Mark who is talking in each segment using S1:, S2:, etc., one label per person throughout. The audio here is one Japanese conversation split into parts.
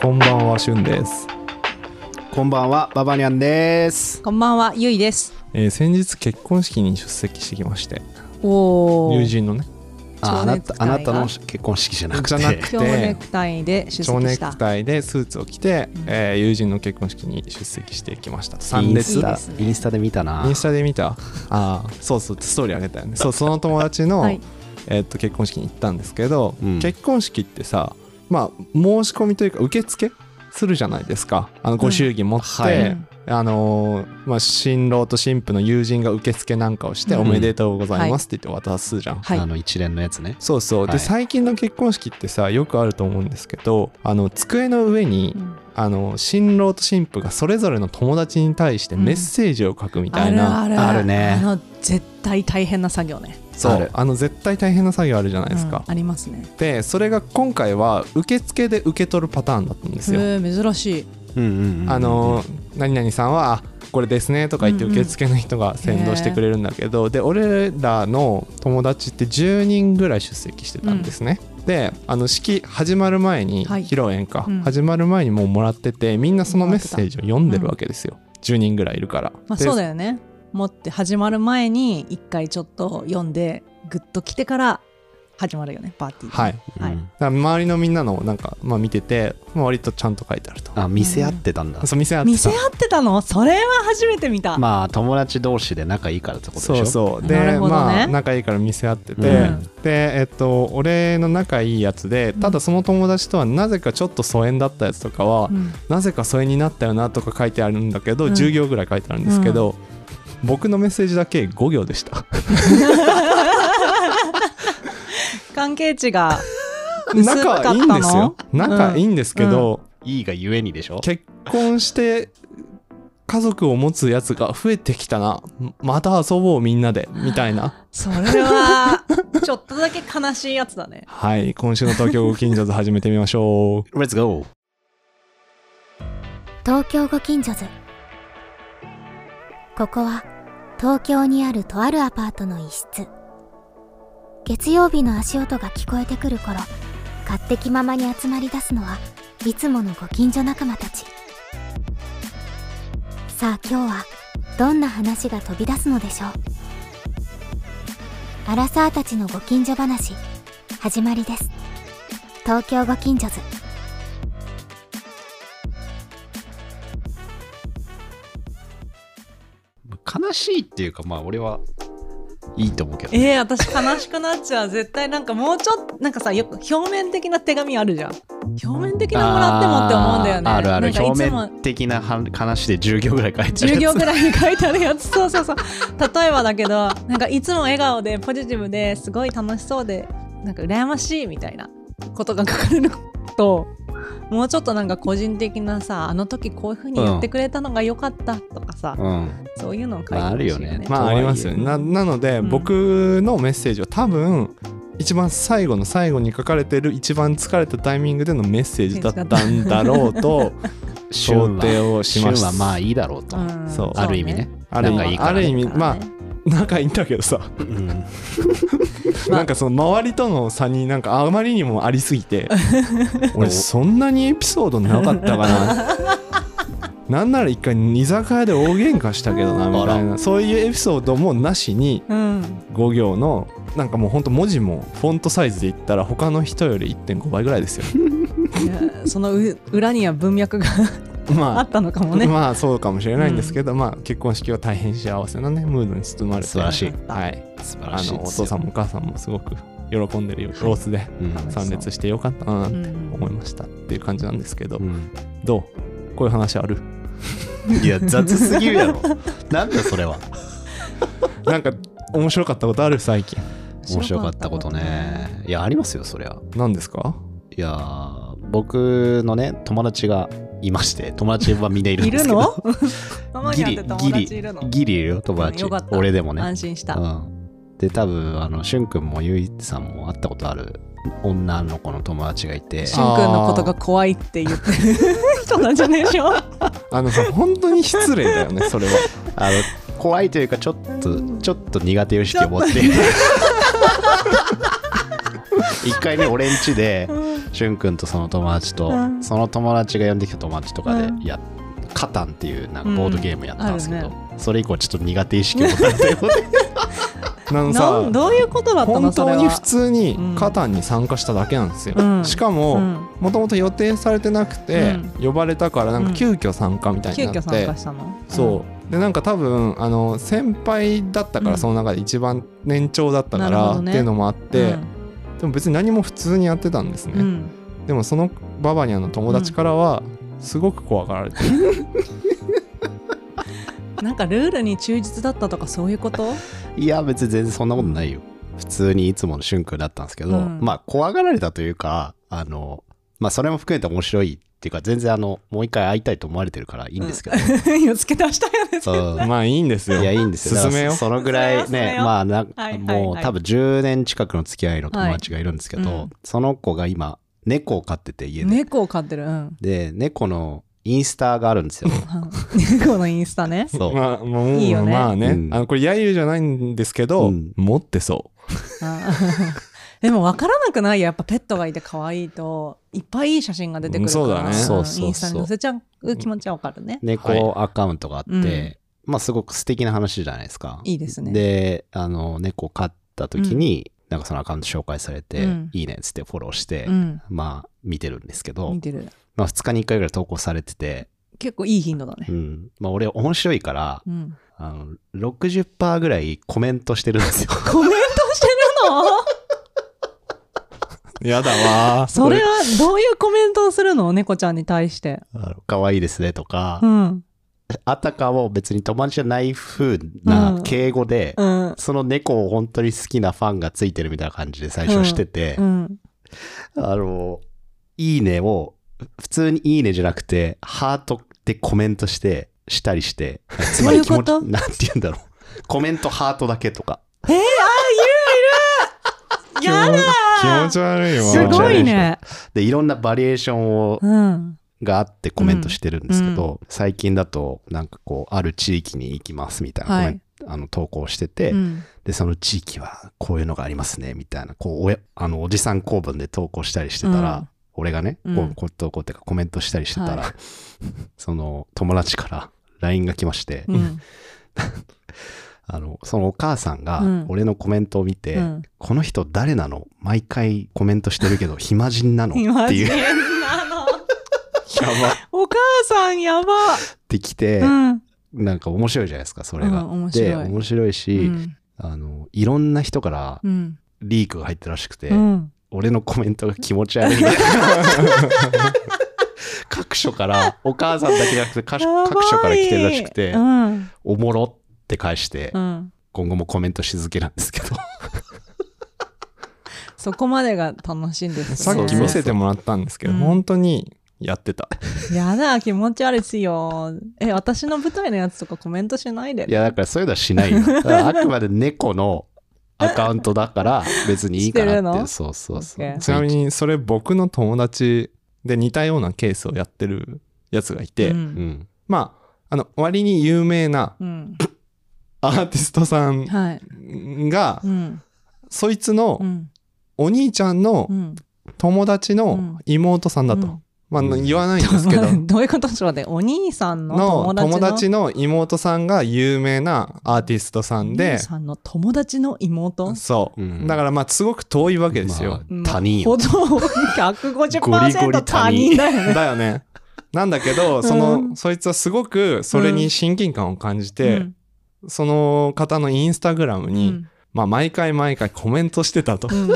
S1: こんばんは、しゅんです。
S2: こんばんは、ババニャンです。
S3: こんばんは、ゆいです。
S1: えー先日結婚式に出席してきまして、
S3: おお。
S1: 友人のね、
S2: ああ
S3: 蝶ネ
S2: な
S3: ク
S2: た、
S3: タ
S2: あ
S3: イが
S2: なたの結婚式じゃなくて。
S1: じゃなく
S3: 蝶ネクタイで
S1: 蝶
S3: 出席
S1: ネ
S3: した
S1: ク。タイでスーツを着て、えー友人の結婚式に出席してきました。
S2: イ
S1: 参
S2: ン
S1: 列
S2: ス
S3: いい
S2: タ
S3: です、ね
S2: インスタで見たな
S1: イン。スタで見たああそうそうストーリーあげたよねそうその友達の、
S3: はい
S1: えーっと結婚式に行ったんですけど、
S2: うん
S1: 結婚式ってさまあ申し込みというか受付するじゃないですかあのご祝儀持って、
S2: はい
S1: あのーまあ、新郎と新婦の友人が受付なんかをして、
S3: うん
S1: おめでとうございますって言って渡すじゃん、
S3: はい
S2: あの一連のやつね。
S1: そうそう、
S2: は
S1: で
S2: い
S1: 最近の結婚式ってさよくあると思うんですけどあの机の上に、
S3: うん
S1: あの新郎と新婦がそれぞれの友達に対してメッセージを書くみた
S3: あ
S1: い
S3: る
S1: な、
S3: ある
S2: あるね
S3: あの絶対大変な作業ね。
S1: そ
S2: あ
S1: う
S2: る
S1: あの絶対大変な作業あるじゃないですか
S3: うん、ありますね。
S1: でそれが今回は受付で受け取るパターンだったんですよ、
S3: えー珍しい。
S2: うんうんうん
S1: あの何々さんはあ「これですね」とか言って
S3: うんうん
S1: 受付の人が先導してくれるんだけど、で俺らの友達って10人ぐらい出席してたんですね、であの式始まる前に、
S3: はい
S1: 披露宴か、
S3: うん
S1: 始まる前にもうもらっててみんなそのメッセージを読んでるわけですよ、10人ぐらいいるから、
S3: まあ
S1: で
S3: そうだよね。持って始まる前に一回ちょっと読んでグッと来てから始まるよねパーティー。
S1: はい。
S2: うん
S3: はい
S1: だから周りのみんなのなんか、まあ、見てて、まあ、割とちゃんと書いてあると
S2: あ、見せ合ってたんだ。
S1: そう店あって
S3: 見
S1: さ
S3: せ合ってたの？それは初めて見た。
S2: まあ友達同士で仲いいからってことでしょ。
S1: そうそうで、
S3: なるほどね
S1: まあ仲いいから見せ合ってて、
S2: うん
S1: でえっと俺の仲いいやつでただその友達とはなぜかちょっと疎遠だったやつとかは、
S3: うん
S1: なぜか疎遠になったよなとか書いてあるんだけど、
S3: うん
S1: 10行ぐらい書いてあるんですけど、僕のメッセージだけ5行でした
S3: 関係値が 薄かった
S1: 仲いい
S3: の。
S1: んですよ仲いいんですけど、
S2: いいがゆえにでしょ。
S1: 結婚して家族を持つやつが増えてきたなまた遊ぼうみんなでみたい な
S3: それ はちょっとだけ悲しいやつだね。
S1: はい今週の東京ご近所図始めてみましょう
S2: Let's go。
S4: 東京ご近所図ここは東京にあるとあるアパートの一室月曜日の足音が聞こえてくる頃勝手気ままに集まり出すのはいつものご近所仲間たちさあ今日はどんな話が飛び出すのでしょうアラサーたちのご近所話始まりです東京ご近所図
S2: 悲しいっていうかまあ俺はいいと思うけど。
S3: えー、私悲しくなっちゃう絶対なんかもうちょっとなんかさよく表面的な手紙あるじゃん表面的なもらってもって思うんだよね
S2: あーあるある
S3: なんかい
S2: 表
S3: つも
S2: 面的なは話で10行ぐらい書いてる
S3: 10
S2: や
S3: 行
S2: つ
S3: くらいに書いてあるやつそうそうそう例えばだけどなんかいつも笑顔でポジティブですごい楽しそうでなんか羨ましいみたいなことが書かれるともうちょっとなんか個人的なさあの時こういうふうにやってくれたのが良かったとかさ、
S2: うん
S3: そういうのを書いて
S2: まああ
S3: ほし
S2: る
S3: い
S2: よね
S1: まあ
S2: と
S1: あ
S2: はいえ
S1: りますよねななので、
S3: うん
S1: 僕のメッセージは多分一番最後の最後に書かれてる一番疲れたタイミングでのメッセージだったんだろうと想
S2: 旬は
S1: 定をしました
S2: 旬はまあいいだろうと、
S3: うん
S1: そう
S2: ある意味ね
S1: ある意
S2: 仲い
S1: 味
S2: いから
S1: ある意味
S3: だからね
S1: まあ仲いいんだけどさ、
S2: うん
S3: まあ
S1: なんかその周りとの差になんかあまりにもありすぎ て俺そんなにエピソードなかったかな なんなら一回居酒屋で大喧嘩したけどなみたいなそういうエピソードもなしに
S3: うん
S1: 5行のなんかもうほんと文字もフォントサイズで言ったら他の人より1.5倍ぐらいですよ
S3: いやそのう裏には文脈があ
S1: ま
S3: ったのか
S1: あ、
S3: もね。
S1: まあそうかもしれないんですけど、まあ結婚式は大変幸せなねムードに包まれて
S2: 素晴らしい
S1: はい、
S2: 素晴ら
S1: あ
S2: しいです
S1: の
S2: よ
S1: お父さんもお母さんもすごく喜んでるよロースで
S2: うん
S1: 参列してよかったな
S3: う
S1: って
S3: ん
S1: 思いましたっていう感じなんですけど、
S2: うん
S1: どうこういう話ある
S2: いや雑すぎるやろなんだそれ は
S1: なんか面白かったことある最近
S2: 面白かったこと。ねいやありますよそりゃ
S1: 何ですか
S2: いやー僕のね友達がいまして友達はみんないるん
S3: い
S2: で
S3: る
S2: すけど
S3: のママに
S2: ギ
S3: 会っ
S2: リ
S3: て友
S2: ギ
S3: 達いるの
S2: リギリいるよ友
S3: うん
S2: 達
S3: よかった
S2: 俺でもね
S3: 安心した。
S2: うん、で多分あのしゅんくんもゆいさんも会ったことある女の子の友達がいて
S3: しゅんくんのことが怖いって言ってる人なんじゃねえでしょ
S1: あの さ本当に失礼だよねそれは
S2: あの怖いというかちょっとちょっと苦手意識を持っている一回ね俺ん家で
S3: うん
S2: しゅんくんとその友達と、
S3: うん
S2: その友達が呼んできた友達とかで
S3: うん
S2: やっカタンっていうなんかボードゲームやったんですけど、
S3: うん
S2: それ以降ちょっと苦手意識を持たれたようで
S1: なの
S3: な
S1: さ
S3: んどういうことだったの
S1: 本
S3: それ
S1: 当
S3: は
S1: に普通に
S3: うん
S1: カタンに参加しただけなんですよ、
S3: うん
S1: しか
S3: う
S1: も
S3: ん
S1: もともと予定されてなくて、呼ばれたからなんか急遽参加みたい
S3: 急
S1: にな
S3: 遽
S1: っ
S3: 参
S1: て
S3: 加、したの
S1: そうでなんか多分あの先輩だったから、
S3: うん
S1: その中で一番年長だったか
S3: なるほ
S1: ら、
S3: ど
S1: っ
S3: ね
S1: ていうのもあって、でも別に何も普通にやってたんですね、
S3: うんうん
S1: でもそのババニャの友達からはすごく怖がられてる、
S3: なんかルールに忠実だったとかそういうこと
S2: いや別に全然そんなことないよ普通にいつものしゅんくんだったんですけど、
S3: うん
S2: まあ怖がられたというかあのまあそれも含めて面白いっていうか全然あのもう一回会いたいと思われてるからいいんですけど、
S3: をつけ出したよね
S2: そう
S1: まあいいんですよ
S2: いや、いいんですよ。
S1: 進めよ
S2: だからそそのぐらい
S3: 進めよ
S2: ね
S3: 進、めよ
S2: まあ、な
S3: はいはい
S2: もう多分10年近くの付き合いの友達がいるんですけど、
S3: はいうん
S2: その子が今、猫を飼ってて家で。
S3: 猫を飼ってるうん
S2: で、猫のインスタがあるんですよ。
S3: 猫のインスタ ね
S2: そう。
S1: まあもう
S3: いいよね
S1: まあね、
S2: うん
S1: あのこれ揶揄じゃないんですけど、
S2: うん
S1: 持ってそ
S3: あー でも分からなくないよやっぱペットがいて可愛いといっぱいいい写真が出てくるから、
S1: うんそうだね
S2: そうそうそう
S3: インスタに載せちゃう気持ちは分かるね、
S2: 猫アカウントがあって、
S3: うん
S2: まあ、すごく素敵な話じゃないですか。
S3: いいですね
S2: で、あの、猫飼った時に、なんかそのアカウント紹介されて、
S3: うん
S2: いいねっつってフォローして、
S3: うん
S2: まあ、見てるんですけど
S3: 見、てる
S2: まあ、2日に1回ぐらい投稿されてて、
S3: 結構いい頻度だね
S2: う、ん。まあ、俺、面白いから、
S3: うん、
S2: あの60%ぐらいコメントしてるん ですよ。
S3: コメントしてるの
S1: うやだわ
S3: それはどういうコメントをするの猫ちゃんに対して
S2: あの可愛いですねとか、
S3: うん
S2: あたかも別に友達じゃない風な敬語で、
S3: うん
S2: その猫を本当に好きなファンがついてるみたいな感じで最初してて
S3: う、ん
S2: あの、いいねを、普通にいいねじゃなくて、ハートでコメントして、したりして、 つまり気持ち、
S3: どういうこと
S2: なんて言うんだろう。コメントハートだけとか。
S1: 気
S3: や
S1: 持
S3: だ
S1: 気持ち悪いわ
S3: すごいね
S2: で、いろんなバリエーションを
S3: うん
S2: があってコメントしてるんですけど、最近だとなんかこうある地域に行きますみたいなコメン、
S3: はい
S2: あの投稿してて、
S3: うん
S2: でその地域はこういうのがありますねみたいなこうおやあのおじさん公文で投稿したりしてたら、
S3: うん
S2: 俺がね、
S3: うん
S2: こうこう投稿っていうかコメントしたりしてたら、
S3: は
S2: その友達から LINE が来まして、
S3: うん
S2: あのそのお母さんが
S3: うん
S2: 俺のコメントを見て、
S3: うん
S2: この人誰なの毎回コメントしてるけど暇人なのっ
S3: 今
S2: てい
S3: 変
S2: う
S3: な
S1: や
S3: のお母さんやば
S2: ってきて、
S3: うん
S2: なんか面白いじゃないですかそれが。
S3: うん面白い
S2: で面白いうし、
S3: ん
S2: あのいろんな人から
S3: うん
S2: リークが入ったらしくて、
S3: うん
S2: 俺のコメントが気持ち 悪いみたいな各所からお母さんだけじゃなくて各所各所から来てるらしくて、
S3: うん
S2: おもろって返して、
S3: うん、
S2: 今後もコメントし続けなんですけど
S3: そこまでが楽しいんです、ね、
S1: さっき見せてもらったんですけど、
S3: うん
S1: 本当にやって た
S3: やだ気持ち悪いっすよえ私の舞台のやつとかコメントしないで
S2: いやだからそういうのはしないよだ からあくまで猫のアカウントだから別にいいか
S3: してる
S2: なって
S3: の
S2: そうそうそ
S3: OK
S2: う
S1: ちなみにそれ僕の友達で似たようなケースをやってるやつがいて、
S3: うん
S2: うん
S1: まああの割に有名な
S3: うん
S1: アーティストさん
S3: はい
S1: が、
S3: うん
S1: そいつの
S3: うん
S1: お兄ちゃんの
S3: うん
S1: 友達
S3: う
S1: の
S3: ん
S1: 妹さんだと、
S3: うん
S1: まあ
S2: うん
S1: 言わないんですけ ど
S3: どういうことしょうねお兄さんの
S1: の
S3: 友達の
S1: 友達の妹さんが有名なアーティストさん
S3: お
S1: で
S3: 兄さんの友達の妹
S1: そう、
S2: うん
S1: だからまあすごく遠いわけですよ、
S2: まあ他人よ
S3: ほとんど
S2: ゴリゴリ
S3: 150%
S2: 他
S3: 他
S2: 人
S3: 人だよね
S1: だよねなんだけどその、
S3: うん
S1: そいつはすごくそれに親近感を感じて、
S3: うん
S1: その方のインスタグラムに、まあ毎回毎回コメントしてたと
S3: うん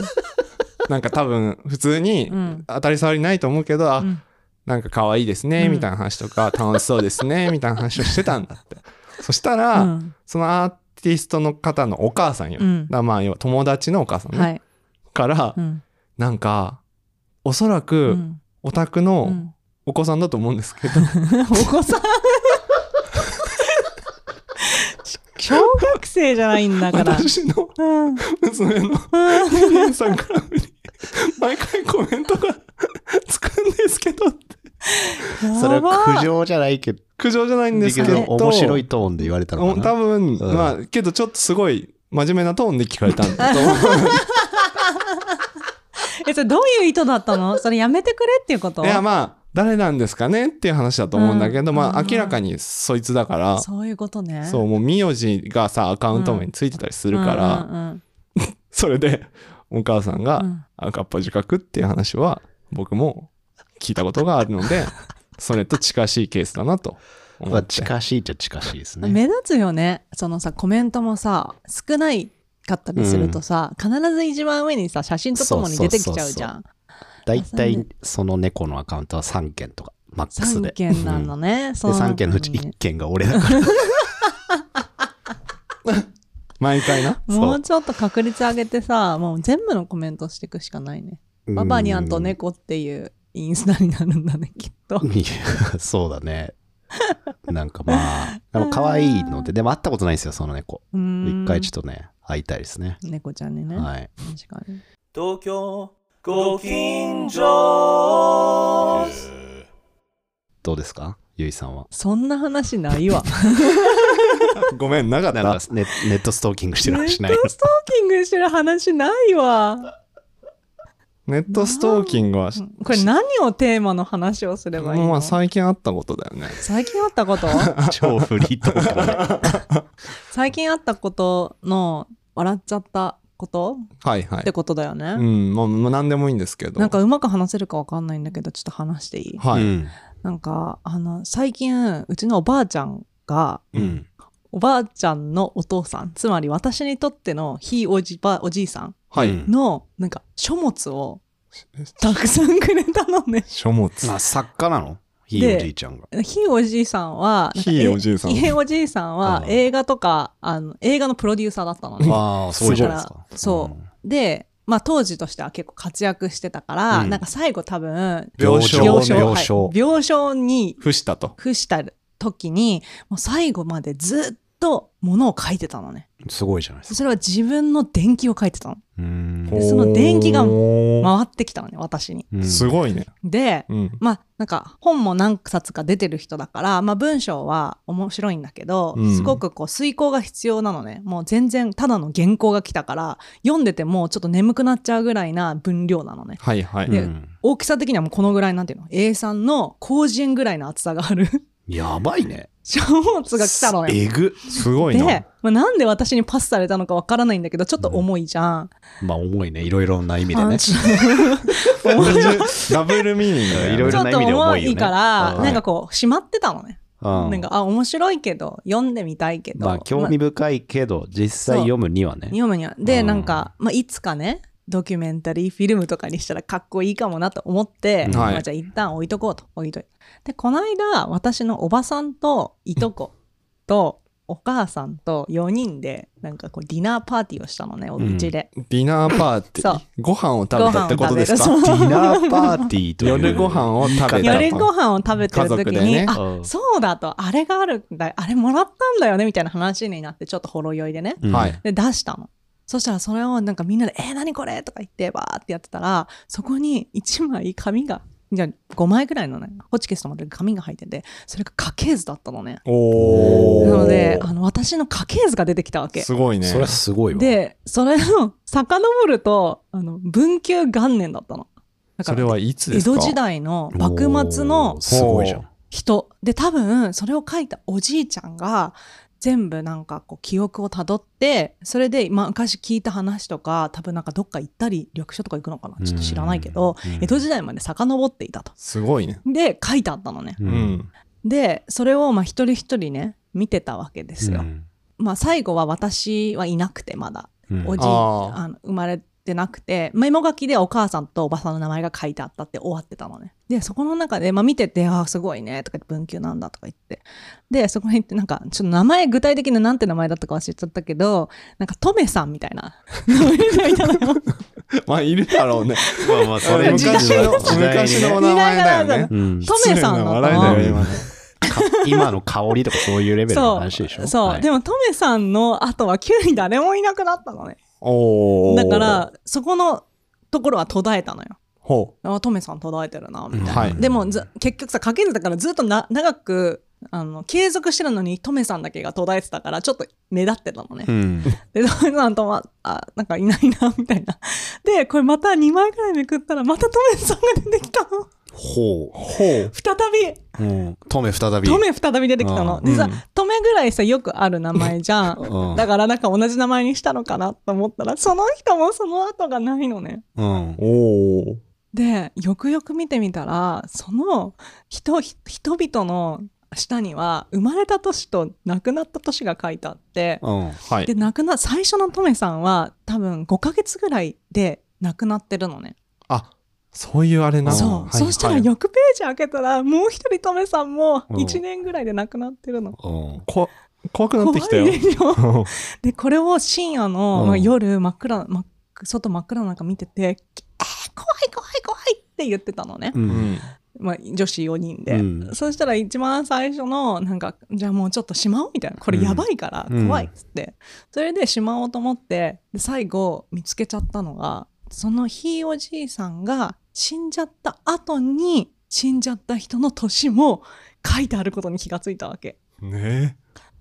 S1: なんか多分普通に
S3: うん
S1: 当たり障りないと思うけ ど、あ
S3: うん
S1: なんか可愛いですね
S3: うん
S1: みたいな話とか、楽しそうです ねみたいな話をしてたんだってそしたら、
S3: うん
S1: そのアーティストの方のお母さんよ、
S3: うん
S1: だからまあ要は友達のお母さんね、
S3: はい
S1: から、
S3: うん
S1: なんかおそら
S3: う
S1: く
S3: ん
S1: お宅
S3: う
S1: の
S3: ん
S1: お子さんだと思うんですけど、
S3: お子さん小学生じゃないんだから。
S1: 私の
S3: うん
S1: 娘のインスタグラムに毎回コメントがつくんですけどって
S2: それは苦情じゃないけど
S1: 苦情じゃないんですけど
S2: 面白いトーンで言われたの
S1: お
S2: かな
S1: 多分、
S2: うん
S1: まあけど ちょっとすごい真面目なトーンで聞かれたんだと思う
S3: それどういう意図だったのそれやめてくれっていうこと
S1: いやまあ誰なんですかねっていう話だと思うんだけど、
S3: うん
S1: ま
S3: う
S1: あ
S3: ん
S1: 明らかにそいつだからそ
S3: そういうことね。
S1: うもう名字がさアカウント名についてたりするから、
S3: うんうん
S1: それでお母さんが
S3: うん
S1: 赤っ恥かくっていう話は僕も聞いたことがあるの でそれと近しいケースだなと思
S2: まあ、
S1: って、
S2: 近しいっちゃ近しいです
S3: う
S2: ね。
S3: ん目立つよね。そのさ、コメントもさ、少ないかったりするとさ、必ず一番上にさ、写真とともに出てきちゃうじゃん。
S2: 大
S3: 遊ん
S2: 体その猫のアカウントは3件とか、マックスで。
S3: 3件なのね。
S2: う
S3: そ
S2: ん
S3: う
S2: で
S3: な
S2: 3
S3: んだ
S2: 件
S3: よね
S2: のうち1件が俺だから。
S1: 毎回な
S2: そう
S3: もうちょっと確率上げてさ、もう全部のコメントしていくしかないね。パパニャンと
S2: うん。
S3: 猫っていうインスタになるんだね、きっと。
S2: いやそうだね。なんかまあ、でも可愛いので、でも会ったことないんですよ、その猫。一
S3: 一
S2: 回ちょっとね、会いたいですね。
S3: と。猫ちゃんにね。
S2: はい。
S3: 確かに。
S5: 東京ご近所
S2: どうですかゆいさんは。
S3: そんな話ないわ。
S1: ごめんなかっ
S2: なんか
S1: た
S2: ネネットストーキングしてる話ない
S3: ネットストーキングしてる話ないわ。
S1: ネットストーキングは
S3: うんこれ何をテーマの話をすればいいの、
S1: まあ最近あったことだよね
S3: 最近あったこと
S2: 超フリートーク だね
S3: 最近あったことの笑っちゃったこと
S1: はいは
S3: っ
S1: い
S3: てことだよね。
S1: うんまあまあ何でもいいんですけど
S3: なんかうまく話せるかわかんないんだけど、ちょっと話していい
S1: はい、
S2: うん
S3: なんか、あの、最近、うちのおばあちゃんが、
S2: うん。
S3: おばあちゃんのお父さん、つまり私にとってのひいおじば、おじいさん
S1: はい、
S2: うん
S3: の、なんか、書物をたくさんくれたのね。
S1: 書物
S2: まあ、作家なのひいおじいちゃんが。
S3: ひいおじいさんは、なんか
S1: ひいおじいさん
S3: ひいおじいさんは
S2: うん
S3: 映画とか、あの、映画のプロデューサーだったのね。
S2: ああ、すごいじゃないですか
S3: だ。らそうで、まあ当時としては結構活躍してたから、
S2: うん
S3: なんか最後多分、
S1: 病
S2: 病
S1: 床
S2: 床
S1: ね
S2: 病床
S3: はい病床に
S1: 伏したと
S3: 付した時に、もう最後までずっと物を書いてたのね。
S2: うんすごいじゃないですか。
S3: それは自分の伝記を書いてたの。
S2: うん
S3: でその電気が
S1: おー
S3: 回ってきたのね、私に。
S2: うん
S1: すごいね
S3: で、
S1: うん
S3: まあなんか本も何冊か出てる人だから、まあ文章は面白いんだけど、
S1: うん
S3: すごくこう遂行が必要なのね。もう全然ただの原稿が来たから、読んでてもちょっと眠くなっちゃうぐらいな分量なのね。
S1: はいはい、
S3: で
S2: うん
S3: 大きさ的にはもうこのぐらいなんていうの ?A さんの広辞苑ぐらいの厚さがある
S2: やばいね。
S3: 書物が来たのね。
S2: えぐ。
S1: すごい
S3: で、
S1: な
S3: まあ、なんで私にパスされたのかわからないんだけど、ちょっと重いじゃん。
S2: まあ、重いね。いろいろな意味でね。
S1: ダブルミーニングだよね
S2: いろい
S3: ち
S2: ろ
S3: ょっ
S2: な
S3: と
S2: 意味で
S3: 重
S2: 重いよね
S3: いから、
S2: うん
S3: なんかこう、しまってたのね。
S2: うん
S3: なんか、あ、面白いけど、読んでみたいけど。
S2: まあ、興味深いけど、実際読むにはね。
S3: 読むには。で、
S2: うん
S3: なんか、まあ、いつかね、ドキュメンタリーフィルムとかにしたらかっこいいかもなと思っ
S2: は
S3: て、
S2: い
S3: まあ、じゃあ一旦置いとこうと、置いといて。で、この間、私のおばさんといとこと、お母さんと4人で、なんかこう、ディナーパーティーをしたのね、お家で。
S1: ディナーパーティ
S3: そう
S1: ーご飯を食べたってことです
S3: ご
S1: か
S3: 飯を
S2: デ
S3: 食べる
S2: ィナーパーティーという。
S1: 夜ご飯を食べた
S3: 夜ご飯を食べてる時に、
S1: 家族でね
S3: あ、
S2: うん
S3: そうだと、あれがあるんだ、あれもらったんだよね、みたいな話になって、ちょっとほろ酔いでね。
S2: うん
S1: はい。
S3: で、出したの。そしたらそれをなんかみんなで、えー、何これとか言って、バーってやってたら、そこに1枚紙が、じゃあ5枚ぐらいのね、ホチキスと思ってる紙が入ってて、それが家系図だったのね。
S1: おー
S3: なので、あの、私の家系図が出てきたわけ。
S1: すごいね
S2: それはすごいわ。
S3: で、それを遡ると、あの、文久元年だったの。だ
S1: そ
S3: から
S1: れ、はいつで
S3: 江
S1: すか
S3: 戸時代の幕末の
S2: おーすごいじゃん。
S3: 人で多分それを書いたおじいちゃんが全部なんかこう記憶をたどってそれでまあ昔聞いた話とか多分なんかどっか行ったり緑所とか行くのかなちょっと知らないけど
S2: うん
S3: 江戸時代まで遡っていたと。
S1: すごいね
S3: で書いてあったのね。
S1: う
S2: うん
S3: でそれをまあ一人一人ね見てたわけですよ。
S2: うん
S3: まあ最後は私はいなくてまだ
S2: うん
S3: おじ
S1: あ
S3: い
S1: ー
S3: あの生まれてなくてメモ書きでお母さんとおばさんの名前が書いてあったって終わってたのねでそこの中で、まあ、見てて「あーすごいね」とか言って「文久なんだ」とか言ってでそこに行ってなんかちょっと名前具体的ななんて名前だったか忘れちゃったけどなんかトメさんみたいな名前がいたのよ
S1: まあいるだろう ね
S2: まあまあ、それ
S1: 昔
S3: 時代
S1: の昔のお名前だよね
S2: うん
S3: トメさんだっ
S1: 失
S3: た
S1: 礼な笑いだよ今
S3: の
S1: の
S2: か今の香りとかそういうレベルの話でしょ
S3: そう、
S2: はい
S3: でもトメさんの後は急に誰もいなくなったのね
S1: おー
S3: だからそこのところは途絶えたのよ
S1: ほ
S3: あートメさん途絶えてるなみたいな
S1: はい
S3: でもず結局さ家系図だからずっとな長くあの継続してるのにトメさんだけが途絶えてたからちょっと目立ってたのね、
S2: うん。
S3: でトメさんとまあなんかいないなみたいなでこれまた2枚くらいめくったらまたトメさんが出てきたの
S2: ほう。ほ
S3: 再び
S2: う。うん。トメ再び。
S3: トメ再び出てきたの
S2: あー
S3: でさ、
S2: うん
S3: トメぐらいさよくある名前じゃん
S2: うん。
S3: だからなんか同じ名前にしたのかなと思ったらその人もその後がないのね
S2: うん。
S1: おお
S3: でよくよく見てみたらその人ひ人々の下には生まれた年と亡くなった年が書いてあって
S2: うん。
S1: はい
S3: で亡くな最初のトメさんは多分5ヶ月ぐらいで亡くなってるのね
S1: あそういうあれな
S3: そう、
S1: はい
S3: そうしたら
S1: はい
S3: 翌ページ開けたらもう一人トメさんも
S2: うん
S3: 1年ぐらいで亡くなってるの、
S2: うん。
S1: こ怖くなってきた
S3: 怖
S1: よ
S3: いでしょでこれを深夜の、
S2: うん
S3: まあ夜真っ暗、真っ外真っ暗の中見てて「えー怖い怖い怖い」って言ってたのね、
S2: う。
S1: うんん
S3: まあ、女子4人で、
S2: うん
S3: そしたら一番最初のなんかじゃあもうちょっとしまおうみたいなこれやばいから
S2: うん
S3: 怖いっつって、それでしまおうと思ってで最後見つけちゃったのがそのひいおじいさんが死んじゃった後に死んじゃった人の年も書いてあることに気がついたわけ。
S1: ねえ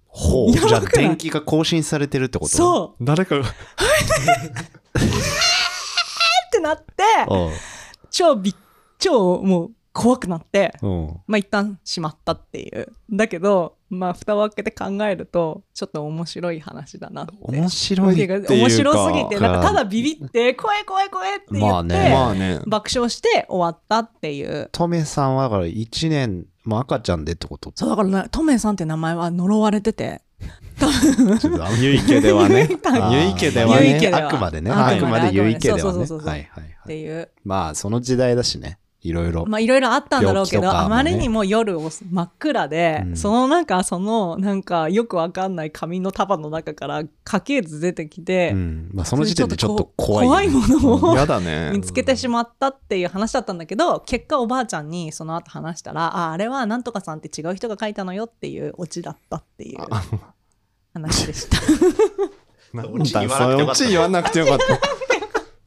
S2: ほう。
S3: やばく
S2: じゃ
S3: な
S2: あ
S3: い
S2: 電気が更新されてるってことう。
S3: そう
S1: 誰かが
S3: ってなって
S2: う
S3: 超び超もう怖くなって
S2: ん。うん。
S3: まあ一旦しまったっていうだけどまあ蓋を開けて考えるとちょっと面白い話だなって
S2: 面白いっていうか。
S3: 面白すぎて
S2: か
S3: なんかただビビって怖い怖い怖いって言って、
S2: まあね
S1: まあね
S3: 爆笑して終わったっていう
S2: トメさんはだから1年、まあ赤ちゃんでってこと
S3: そうだからなトメさんって名前は呪われてて
S2: ちょっとあんまり
S1: ゆいけではね
S2: あー
S1: ゆいけでは
S3: ゆい
S1: ね
S3: けでは
S2: あくまでね。
S3: あ
S2: あ
S1: く
S2: く
S1: ま
S2: ま
S3: で
S2: でゆいけではね。
S3: そうそうそうそう
S2: はいはい
S3: っ
S2: はい。
S3: ていう
S2: まあ、その時代だしね。いろいろ。
S3: まあいろいろあったんだろうけど、
S2: 病気とか
S3: あ
S2: もね
S3: まりにも夜を真っ暗で、
S2: うん
S3: その中そのなんかよくわかんない紙の束の中から家系図出てきて、
S2: うん。まあ、その時点でちょっと怖いよ
S3: 怖
S2: ね。
S3: いものを
S1: やだね
S3: 見つけてしまったっていう話だったんだけど結果おばあちゃんにその後話したらああれはなんとかさんって違う人が書いたのよっていうオチだったっていう話でした。
S1: なん
S2: オチ言
S1: だ
S2: わ
S1: それ
S2: な
S1: オ
S2: くてよかった
S1: チ言わなくてよか った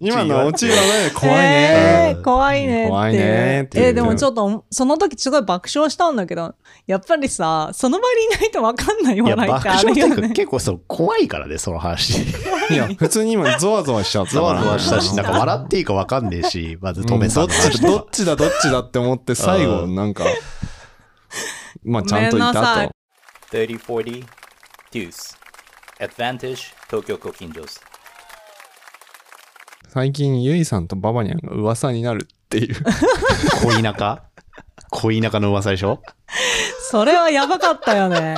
S1: 今のはオチ言わないで怖いね、
S3: えー怖いねって。
S1: 怖いねっていう
S3: えーでもちょっとその時すごい爆笑したんだけどやっぱりさその場にいないと分かんない
S2: いや、
S3: 笑いっ
S2: 爆
S3: てあ
S2: 笑っ
S3: る
S2: てい
S3: よ
S2: うか
S3: ね。
S2: 結構そう、怖いからね、その話。
S1: いや普通に今ゾワゾワしちゃったか
S2: ゾ
S1: ら
S2: ワゾワしたし、なんか笑っていいかわかんねえし、まず
S1: うん
S2: 止めさ
S1: どっ
S2: んの
S1: ち
S2: 話
S1: だどっちだどっちだって思って最後
S2: うん
S1: なんかまあちゃんとい
S3: ごめんな
S1: た
S3: さい
S1: と
S5: 3040 Deuce. Advantage Tokyo Kokinjos.
S1: 最近ゆいさんとババニャンが噂になるっていう
S2: 恋仲恋仲の噂でしょ
S3: それはやばかったよね。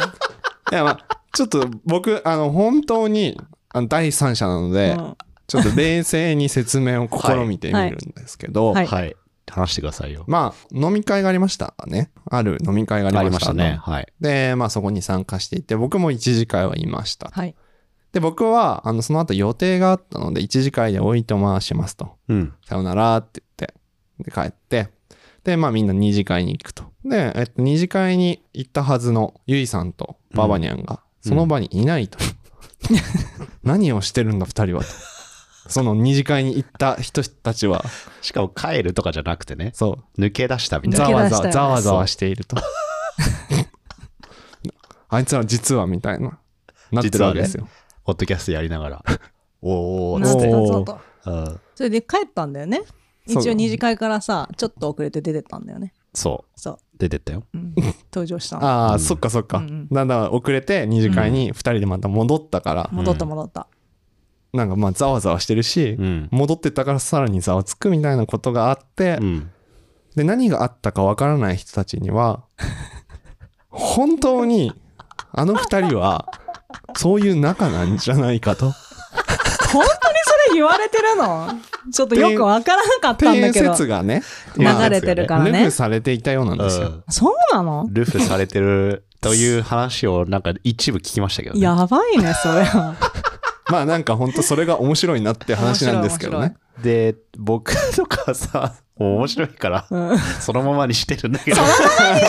S1: いやまあちょっと僕あの本当にあの第三者なので、
S3: うん
S1: ちょっと冷静に説明を試みてみるんですけど、
S3: はい
S2: はい。話してくださいよ。
S1: まあ飲み会がありましたねある飲み会があ
S2: あ
S1: りま
S2: りま
S1: し
S2: したたね。はい。
S1: でまあそこに参加していて僕も一次会はいました
S3: はい
S1: で僕はあのその後予定があったので一次会でおいとましますと
S2: うん。
S1: さよならって言って、で、帰って、で、まあみんな二次会に行くと。で、えっと、二次会に行ったはずのゆいさんとババニャンが、
S2: うん
S1: その場にい ないと。何をしてるんだ、二人はと。その二次会に行った人たちは、
S2: しかも帰るとかじゃなくてね、
S1: そ
S2: 抜け出したみ
S1: う、
S2: たい
S1: ざ
S2: な。
S1: わ
S3: 抜け出
S1: ざ
S3: したよ
S1: わ、ざ
S3: ね
S1: わざわしていると。 あいつら実はみたいな、なってるわけですよ。
S2: ポッドキャストやりながら。 おーおーっつ
S3: 謎
S2: って。
S3: 々と
S2: うん
S3: それで帰ったんだよね。一
S1: そう
S3: 応二次会からさちょっと遅れて出てったんだよね。
S2: そ。
S3: そう
S2: 出てったよ。
S3: う、 うん、登場したの。
S1: ああ、
S2: うん
S1: そっかそっか。
S3: うんうん
S1: だんだん遅れて二次会に二人でまた戻ったから、
S3: 戻った戻った。
S1: なんかまあざわざわしてるし、
S2: うん
S1: 戻ってったからさらにざわつくみたいなことがあって、
S2: うん。
S1: で何があったかわからない人たちには 本当にあの二人はそういう仲なんじゃないかとっ
S3: 本当にそれ言われてるの ちょっとよくわからなかってたん
S1: い
S3: だ
S1: う
S3: けど
S1: 説がね、
S3: 流れてるから
S1: ルフ
S3: ね
S1: されていたようなんですよ、
S2: うん
S3: そうなの
S2: ルフされてるという話をなんか一部聞きましたけどね。
S3: やばいねそれは
S1: まあなんか本当それが面白いなって話なんですけどね
S2: で、僕とかさ、もう面白いから、
S3: うん
S2: そのままにしてるんだけど、
S3: 何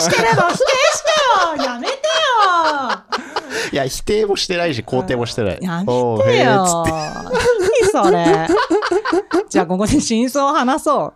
S3: してるの否定してよやめてよ
S2: いや、否定もしてないし、肯定もしてない。
S3: や
S2: お
S3: め
S2: う
S3: て
S2: へ
S3: よ
S2: ーっつって
S3: 何それじゃあここで真相を話そう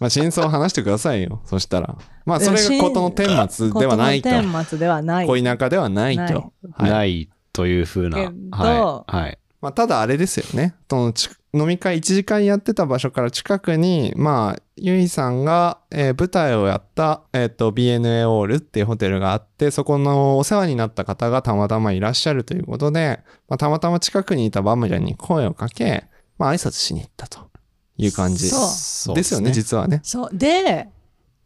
S1: まあ真相を話してくださいよそしたらまあそれが事の顛末ではないと
S3: ことの顛末ではない。
S1: 恋仲ではないと
S3: ない
S1: はい
S2: ないというふうな。
S3: けど
S2: はい。はい。
S1: まあ、ただあれですよねそのち飲み会1時間やってた場所から近くにまあゆいさんが、えー舞台をやった、えー、と BNA オールっていうホテルがあってそこのお世話になった方がたまたまいらっしゃるということで、まあ、たまたま近くにいたバムちゃんに声をかけ、まあ挨拶しに行ったという感じ
S3: そう
S2: そ
S1: ですよね実はね。
S3: そうで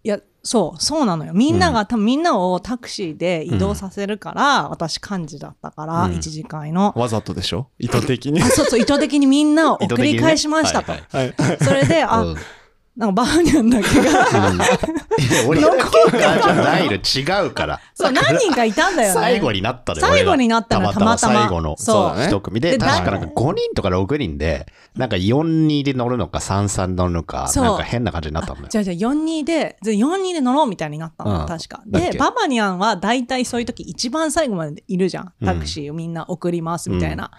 S3: いやそうそうなのよみんなが、多分みんなをタクシーで移動させるから、私幹事だったから、
S2: うん
S3: 一次会の、
S1: わざとでしょ意図 的に
S3: あ。そうそう意図的にみんなを送り返しましたと、
S2: 意図的
S1: はい、
S3: それであ、
S2: うん
S3: なんかバーニャンだけが
S2: いや俺の効果じゃないの違うから。
S3: そう何人かいたんだよね
S2: 最後になったのよ。
S3: 最後になったの
S2: 俺がたまたま。
S3: たまたま
S2: 最後の
S3: そう
S1: そうだね
S2: 一組
S3: で
S2: で、確か
S1: だ
S2: なんか5人とか6人で、なんか42で乗るのか33乗るのか、
S3: そう
S2: なんか変な感じになったのよ。
S3: じゃあじゃあ42でで42で乗ろうみたいになったの、
S2: うん
S3: 確か
S2: だっ
S3: で
S2: け
S3: ババニャンは大体そういう時一番最後までいるじゃんタクシーをみんな送りますみたいな、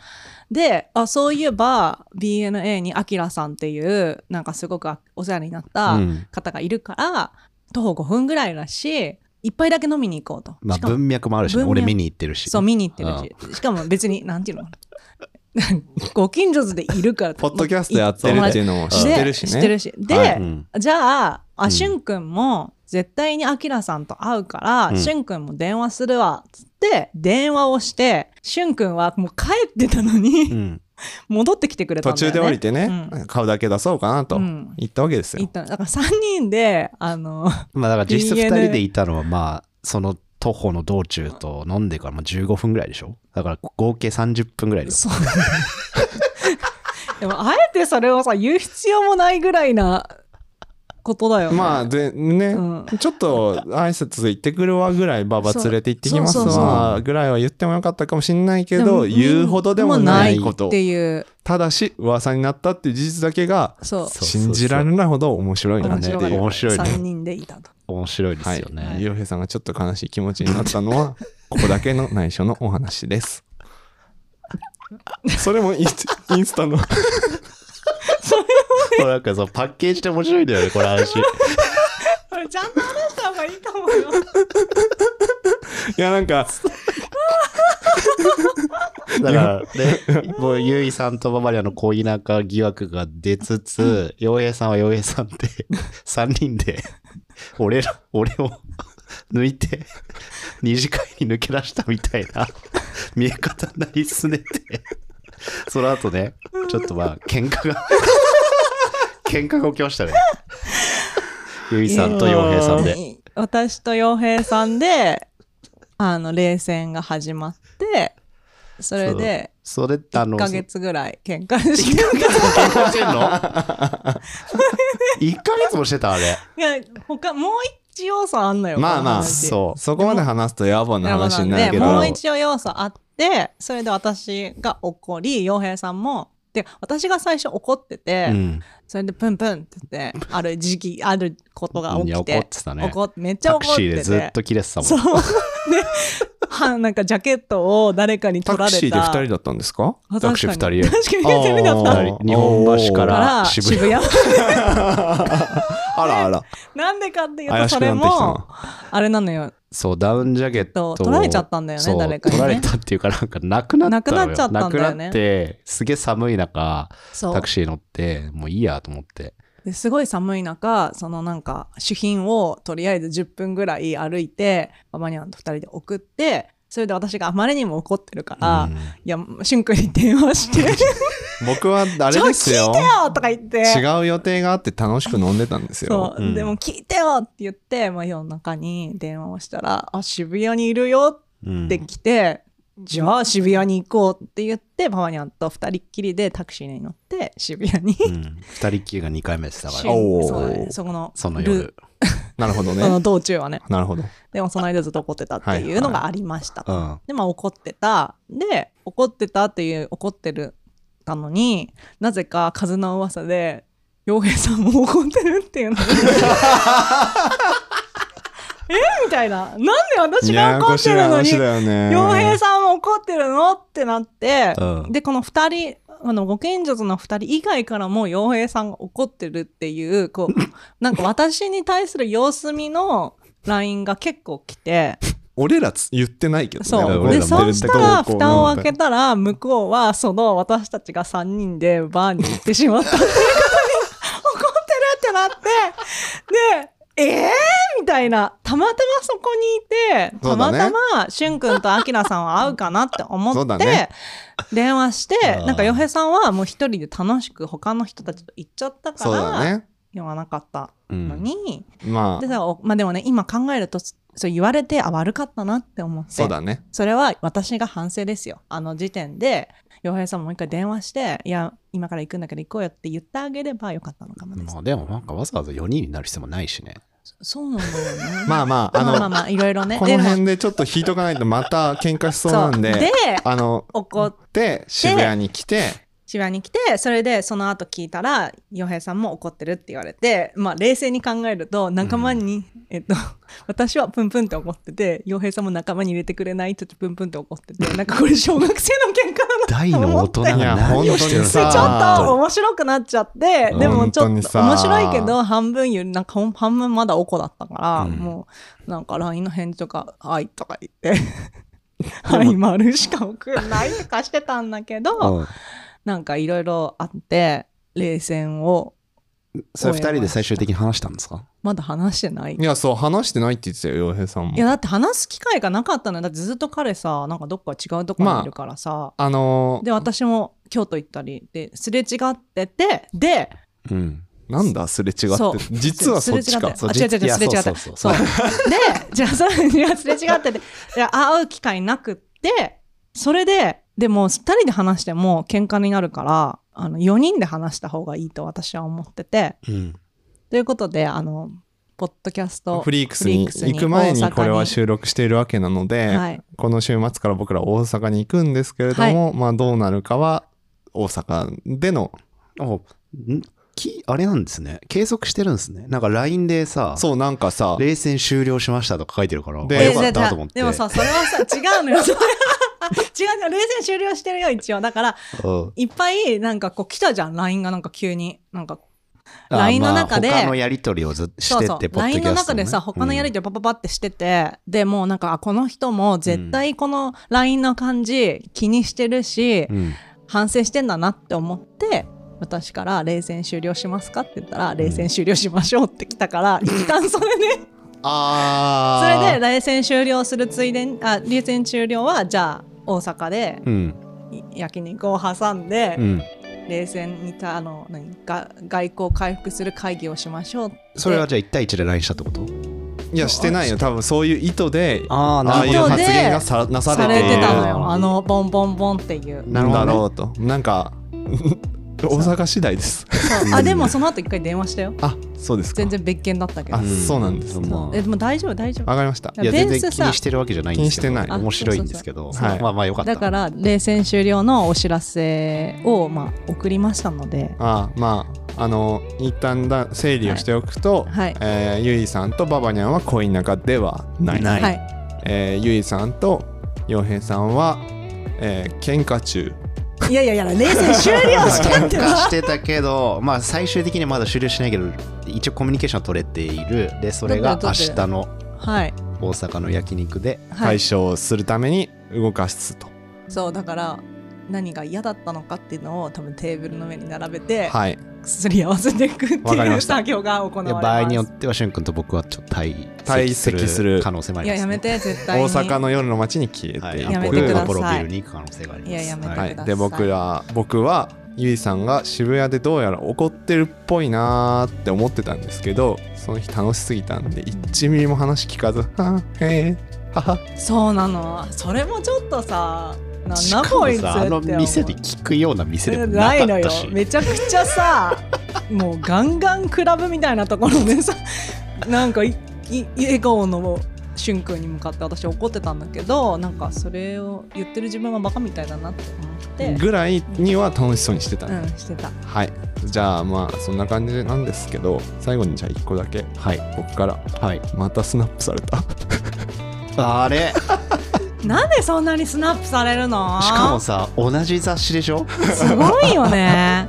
S3: であそういえば BNA にアキラさんっていうなんかすごくお世話になった
S2: うん
S3: 方がいるから、徒歩5分ぐらいだし一杯だけ飲みに行こうと、
S2: まあ
S3: しかも
S2: 文脈もあるしね、
S3: 文脈
S2: 俺見に行ってるし。
S3: そう見に行ってるし、しかも別になんていうの ご近所でいるから
S1: ポッドキャストやってるっていうのを知ってるしね。
S3: で知ってるしで、
S1: は
S2: うん
S3: じゃあ、
S2: う
S3: あ
S2: ん
S3: しゅんくんも絶対にあきらさんと会うから、
S2: うん
S3: しゅんくんも電話するわっつって電話をしてしゅんくんはもう帰ってたのに、
S2: うん。
S3: 戻ってきてくれた
S1: 途
S3: んだよ
S1: 中
S3: ね
S1: で降りてね、
S3: う
S1: 買うだけ出そうかなと
S3: うん
S1: 言ったわけです
S3: ん、行
S1: よ
S3: っ。ただから3人であの
S2: まあだから実質2
S3: DNA
S2: 人でいたのは、まあ、その徒歩の道中と飲んでからもう15分ぐらいでしょだから合計30分ぐらいです。
S3: そうでもあえてそれをさ言う必要もないぐらいなことだよね
S1: まあでね、
S3: うん
S1: ちょっと挨拶行ってくるわぐらいばば連れて行ってきます
S3: そうそう
S2: そ
S1: わぐらいは言ってもよかったかもしんないけ
S3: でも
S1: ど言うほどでもないこと
S3: っていう
S1: ただし噂になったっていう事実だけが
S3: そう
S2: そう
S1: 信じられないほど面白いな
S3: 面
S1: ってい
S3: 白
S1: う
S3: かった
S2: 面白いね
S3: 3人でいたと
S2: 面白いで
S1: は
S2: す
S1: い
S2: よね。
S1: ゆうへいさんがちょっと悲しい気持ちになったの はここだけの内緒のお話ですそれもインスインス タの
S2: これなんかそのパッケージで面白いんだよね、この話。
S3: これちゃんと話した方がいいと思うよ
S1: いやなんか
S2: だ から、ね、もう、ゆいさんとババリアの恋仲疑惑が出つつ、洋平さんは洋平さんで、3人 で、 俺ら、俺を抜いて、二次会に抜け出したみたいな見え方になりすねて、その後ね、ちょっとまあ、喧嘩が、 喧嘩が起きましたね。ゆいさんと洋平さんで。
S3: 私と洋平さんであの冷戦が始まってそれで
S2: そう、それあ
S3: 1
S2: の、
S3: ヶ月ぐらい喧嘩 して
S2: 結婚してんの ?1 ヶ月もしてたあれ。
S3: いや他もう一要素あんのよ
S1: まあまあ
S3: この話
S2: そう。
S1: そこまで話すと野暮な
S3: なるほ
S1: 話
S3: ど
S1: にな
S3: ね
S1: るけど
S3: もう一応要素あってそれで私が怒り洋平さんもで私が最初怒ってて、
S2: うん。
S3: それでプンプンって言ってある時期あることが起き
S2: い
S3: て
S2: や怒ってたね
S3: 怒っめっちゃ
S2: タ
S3: 怒っ
S2: ク
S3: てて
S2: シーでずっと切れてたもん。
S3: そう。で、はなんかジャケットを誰かに取
S1: タ
S3: ら
S1: ク
S3: れた。
S1: シーで2人だったんですか
S3: あ
S2: タクシー
S3: 確かに
S2: 二人
S3: 確かに二人だった
S1: あ
S3: だ
S1: ー
S2: 日本橋か
S3: から
S2: ら渋
S3: 渋
S2: 谷。
S3: 谷。
S1: あらあら
S3: なんでかっていうと、
S1: 怪し
S3: そ
S1: くな
S3: れ
S1: ってきた
S3: も
S1: な、
S3: あれなのよ。
S2: そう、ダウンジャケットを。
S3: 取られちゃったんだよね
S2: そう
S3: 誰かにね
S2: 取られたっていうか、なんかなくなったのよ。
S3: なくなっちゃったんだよね
S2: なくなって、すげえ寒い中、
S3: そ
S2: タ
S3: う
S2: ク。シー乗って、もういいやと思って。
S3: ですごい寒い中、そのなんか、主品をとりあえず10分ぐらい歩いて、ママニャンと二人で送って、それで私があまりにも怒ってるから、
S2: うん
S3: いや、しゅんくんに電話して、
S1: 僕はあ
S3: ち
S1: れ
S3: ょ、
S1: です
S3: 聞いてよ
S1: よ
S3: とか言って。
S1: 違う予定があって楽しく飲んでたんですよ
S3: そう、
S2: うん
S3: でも聞いてよって言って、まあ、夜中に電話をしたら「あ渋谷にいるよ」
S2: うん
S3: って来て、じゃあ渋谷に行こう」って言ってパワニャンと二人っきりでタクシーに乗って渋谷に、
S2: うん二人っきりが2回目でした から、
S1: おー
S3: そうだねそこの
S2: その
S3: ル
S2: 夜。
S1: なるほど
S3: その
S1: ね
S3: 道中はね
S1: なるほど
S3: でもその間ずっと怒ってたっていうのがありましたと
S2: うん。
S3: でまあ怒ってたで怒ってたっていう怒ってるたのになぜか風の噂で洋平さんも怒ってるっていうの えみたいななんで私が怒ってるのに
S1: よね
S3: 洋平さんも怒ってるのってなって、
S2: うん
S3: でこの2人あのご近所の2人以外からも洋平さんが怒ってるっていうこうなんか私に対する様子見の LINE が結構来て
S1: 俺らつ言ってないけどね
S2: いや
S3: そう
S1: 俺
S3: で
S1: ら
S2: も
S1: も
S3: そ
S1: 出
S3: う
S1: て
S3: した
S1: こうこ
S3: ら
S1: う
S3: 蓋を開けたら向こうはその私たちが3人でバーに行って しまったっていうことに怒ってるってなってでえー、みたいなたまたまそこにいて
S1: そ
S3: た
S1: うだ
S3: ま
S1: ね
S3: たましゅんくんとあきらさんは会うかなって思
S1: そう
S3: っ
S1: だ
S3: て、
S1: ね
S3: 電話し
S2: あ
S3: て
S2: ー
S3: なんか洋平さんはもう一人で楽しく他の人たちと行っちゃったか
S1: そうだ
S3: ら
S1: ね
S3: 言わなかった
S2: うん
S3: のに、
S1: ま
S3: で
S1: あ
S3: さおまあ、でもね今考えるとそう言われてあ悪かったなって思って
S1: そうだね。
S3: それは私が反省ですよ。あの時点で、洋平さんもう一回電話して、いや、今から行くんだけど行こうよって言ってあげればよかったのかもです。
S2: まあでもなんかわざわざ4人になる必要もないしね。
S3: そうなんだよね
S1: まあまあ
S3: ま
S1: あ
S3: あ
S1: の
S3: まあまあ、いろいろね。
S1: この
S3: で
S1: 辺でちょっと引いとかないとまた喧嘩しそうなんで
S3: そうで
S1: あの
S3: 怒っ
S1: で渋谷に来て
S3: 渋谷に来て、それでその後聞いたら、洋平さんも怒ってるって言われて、まあ冷静に考えると、仲間に、えっと、私はプンプンって怒ってて、洋平さんも仲間に入れてくれないって言ってプンプンって怒ってて、なんかこれ小学生の喧嘩だな
S2: 大の大人が
S1: いや
S2: 何をしてるの
S1: 本当に
S3: ちょ
S1: さ
S3: っと面白くなっちゃって、
S2: うん
S3: でもちょ
S1: 本当
S3: っと
S1: に
S3: 面
S1: さ
S3: 白いけど、半分より、なんかほん半分まだおこだったから、
S2: うん
S3: もう、なんか LINE の返事とか、はいとか言って、はい、丸しか送んないとかしてたんだけど、
S2: うん
S3: なんかいろいろあって、冷戦を
S2: それ2人で最終的に話したんですか
S3: まだ話してない
S1: い。やそう話してないって言ってたよ洋平さんも
S3: いや、だって話す機会がなかったのよ。だってずっと彼さ、なんかどっか違うとこにいるからさ、
S1: あのー
S3: で、私も京都行ったり、で、すれ違ってて、で、
S2: うん。
S1: なんだすれ違って
S3: そう
S1: 実はそっちか
S3: すれ違ってあ違う違う違うすれ違って
S2: そう
S3: そう。で、 じゃあ、それ、いやすれ違ってて、いや会う機会なくって、それで、でも、二人で話しても喧嘩になるから、あの、4人で話した方がいいと私は思ってて、
S2: うん。
S3: ということで、あの、ポッドキャスト
S1: フリークスに行く前にこれは収録しているわけなので、
S3: はい
S1: この週末から僕ら大阪に行くんですけれども、まあどうなるかは大阪での
S2: おんきあれなんですね。継続してるんですね。なんか LINE でさ、
S1: そうなんかさ
S2: 冷戦終了しましたとか書いてるから、
S1: で
S2: あ
S1: え
S2: よかったなと思って。
S3: でもさ、それはさ、違うのよ。それは 違うのよ。冷戦終了してるよ、一応。だから、
S2: うん、
S3: いっぱい、なんかこう、来たじゃん、LINE がなんか急に。なんか、
S2: あ
S3: LINE の
S2: まあ
S3: 中で
S2: 他のやり取りをずしてって、
S3: そうそう
S2: ポッドキャスト、ね。
S3: LINE の中でさ他のやり取りパパパってしてて、でもうなんかあこの人も絶対この LINE の感じ気にしてるし、
S2: うんうん
S3: 反省してんだなって思って私から「冷戦終了しますか?」って言ったら「冷戦終了しましょう」って来 たから、一旦それね
S1: あ
S3: そ
S1: ー
S3: れで冷戦終了するついでにあ冷戦終了はじゃあ大阪で
S2: うん。
S3: い焼肉を挟んで、
S2: うん。
S3: 冷戦にたあの何が外交回復する会議をしましょうって
S2: それはじゃあ1対1で LINE したってこと
S1: いやしてないよ多分そういう意図であ
S2: ああ、な
S1: あ
S2: る
S1: い
S2: ほ
S1: う
S2: ど。
S3: 意図
S1: 発
S3: で
S1: 言がさなさ
S3: さ
S1: れ
S3: れ
S1: てい
S3: て
S1: る
S3: た
S2: さ
S3: の
S2: れ
S3: よあのボンボンボンっていう
S1: なんだ
S2: な
S1: ろうとなんか 大阪次第です
S3: そうあでもその後一回電話したよ
S1: あそうですか
S3: 全然別件だったけど
S1: あそうなんです
S2: まあ
S3: えでも大丈夫大丈
S1: わ
S3: 夫
S1: かりました
S2: いや
S3: ベー
S2: 全
S3: ス
S2: 然気
S3: さ
S2: にしてるわけじゃないんですけど
S1: 気にしてない
S2: 面白いんですけど
S1: そうそうそう
S2: まあまあよかった
S3: だから冷戦終了のお知らせをまあ送りましたので
S1: ああまああの一旦だ整理をしておくと、
S3: はいはい
S1: えーゆいさんとババニャンは恋仲ではない
S2: ない
S3: はい
S1: えーゆいさんと洋平さんは、えー喧嘩中
S3: いやいやいや冷戦終了して
S2: 喧
S3: って
S2: 嘩
S3: ば
S2: してたけど、まあ最終的にはまだ終了しないけど、一応コミュニケーションは取れている。で、それが明
S3: どうだどうだ
S2: 日の
S3: はい
S2: 大阪の焼肉で、
S3: は
S1: 解
S3: い
S1: 消するために動かすと
S3: そうだから何が嫌だったのかっていうのを多分テーブルの上に並べて
S1: はい、
S3: すり合わせていくって
S1: わかり
S3: い
S1: ま
S3: う
S1: した
S3: 作業が行われ
S2: で
S3: ます
S2: 場合によっては、しゅんくんと僕はちょっと退
S1: 退
S2: 席
S1: 席
S2: す
S1: す
S2: る
S1: る
S2: 可能性もあ
S3: い
S2: り
S3: や
S2: ます、
S3: やめ。て絶対
S1: 大
S3: に
S1: 阪の夜の街に消えていく、
S2: は、
S1: はいい
S3: やめてください
S2: アポロアポロビルに行く可能性があります。
S3: いややめてくださ
S2: はい
S3: い
S1: で僕ら僕はゆいさんが渋谷でどうやら怒ってるっぽいなーって思ってたんですけどその日楽しすぎたんで1ミリも話聞かず「はあへえはは
S3: そうなのそれもちょっとさなん
S2: し
S3: だ
S2: か
S3: こ
S2: も
S3: いつって
S2: さあの
S3: 思う
S2: 店で聞くような店でもな
S3: ない
S2: か
S3: の
S2: っ
S3: よ
S2: たし
S3: めちゃくちゃさもうガンガンクラブみたいなところでさなんかいい笑顔のしゅんくんに向かって私怒ってたんだけどなんかそれを言ってる自分はバカみたいだなって思って
S1: ぐらいには楽しそうにしてた、
S3: うんしてた
S1: はいじゃあまあそんな感じなんですけど最後にじゃあ1個だけ
S2: はい
S1: 僕から
S2: はい
S1: またスナップされた
S2: あれ
S3: なんでそんなにスナップされるの
S2: しかもさ同じ雑誌でしょ
S3: すごいよね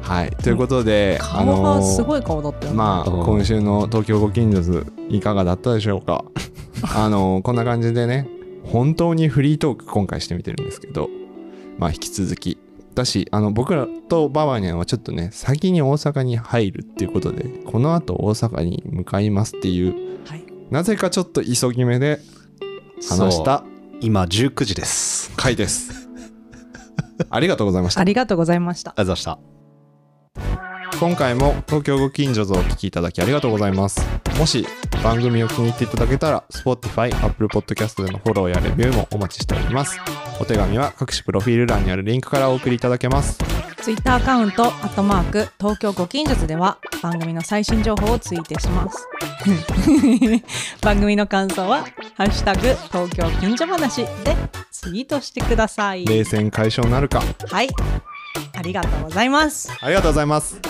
S1: はいということで、あ
S3: 顔
S1: の
S3: が
S1: ー
S3: すごい顔だったよ、
S1: まあ
S2: うん
S1: 今週の東京ご近所図いかがだったでしょう かあのこんな感じでね本当にフリートーク今回してみてるんですけどまあ引き続きだしあの僕らとババニャンはちょっとね先に大阪に入るっていうことでこのあと大阪に向かいますっていう
S3: はい
S1: なぜかちょっと急ぎ目で話し
S2: そう
S1: た
S2: 今19時です
S1: 回ですありがとうございました
S3: ありがとうございました
S2: ありがとうございました
S1: 今回も東京ご近所図をお聞きいただきありがとうございますもし番組を気に入っていただけたら Spotify、Apple Podcast でのフォローやレビューもお待ちしておりますお手紙は各種プロフィール欄にあるリンクからお送りいただけます
S3: ツイッターアカウント、アットマーク、東京ご近所図では番組の最新情報をツイートします。 番組の感想は、ハッシュタグ、東京近所話でツイートしてください。
S1: 冷戦解消なるか
S3: はい。ありがとうございます。
S1: ありがとうございます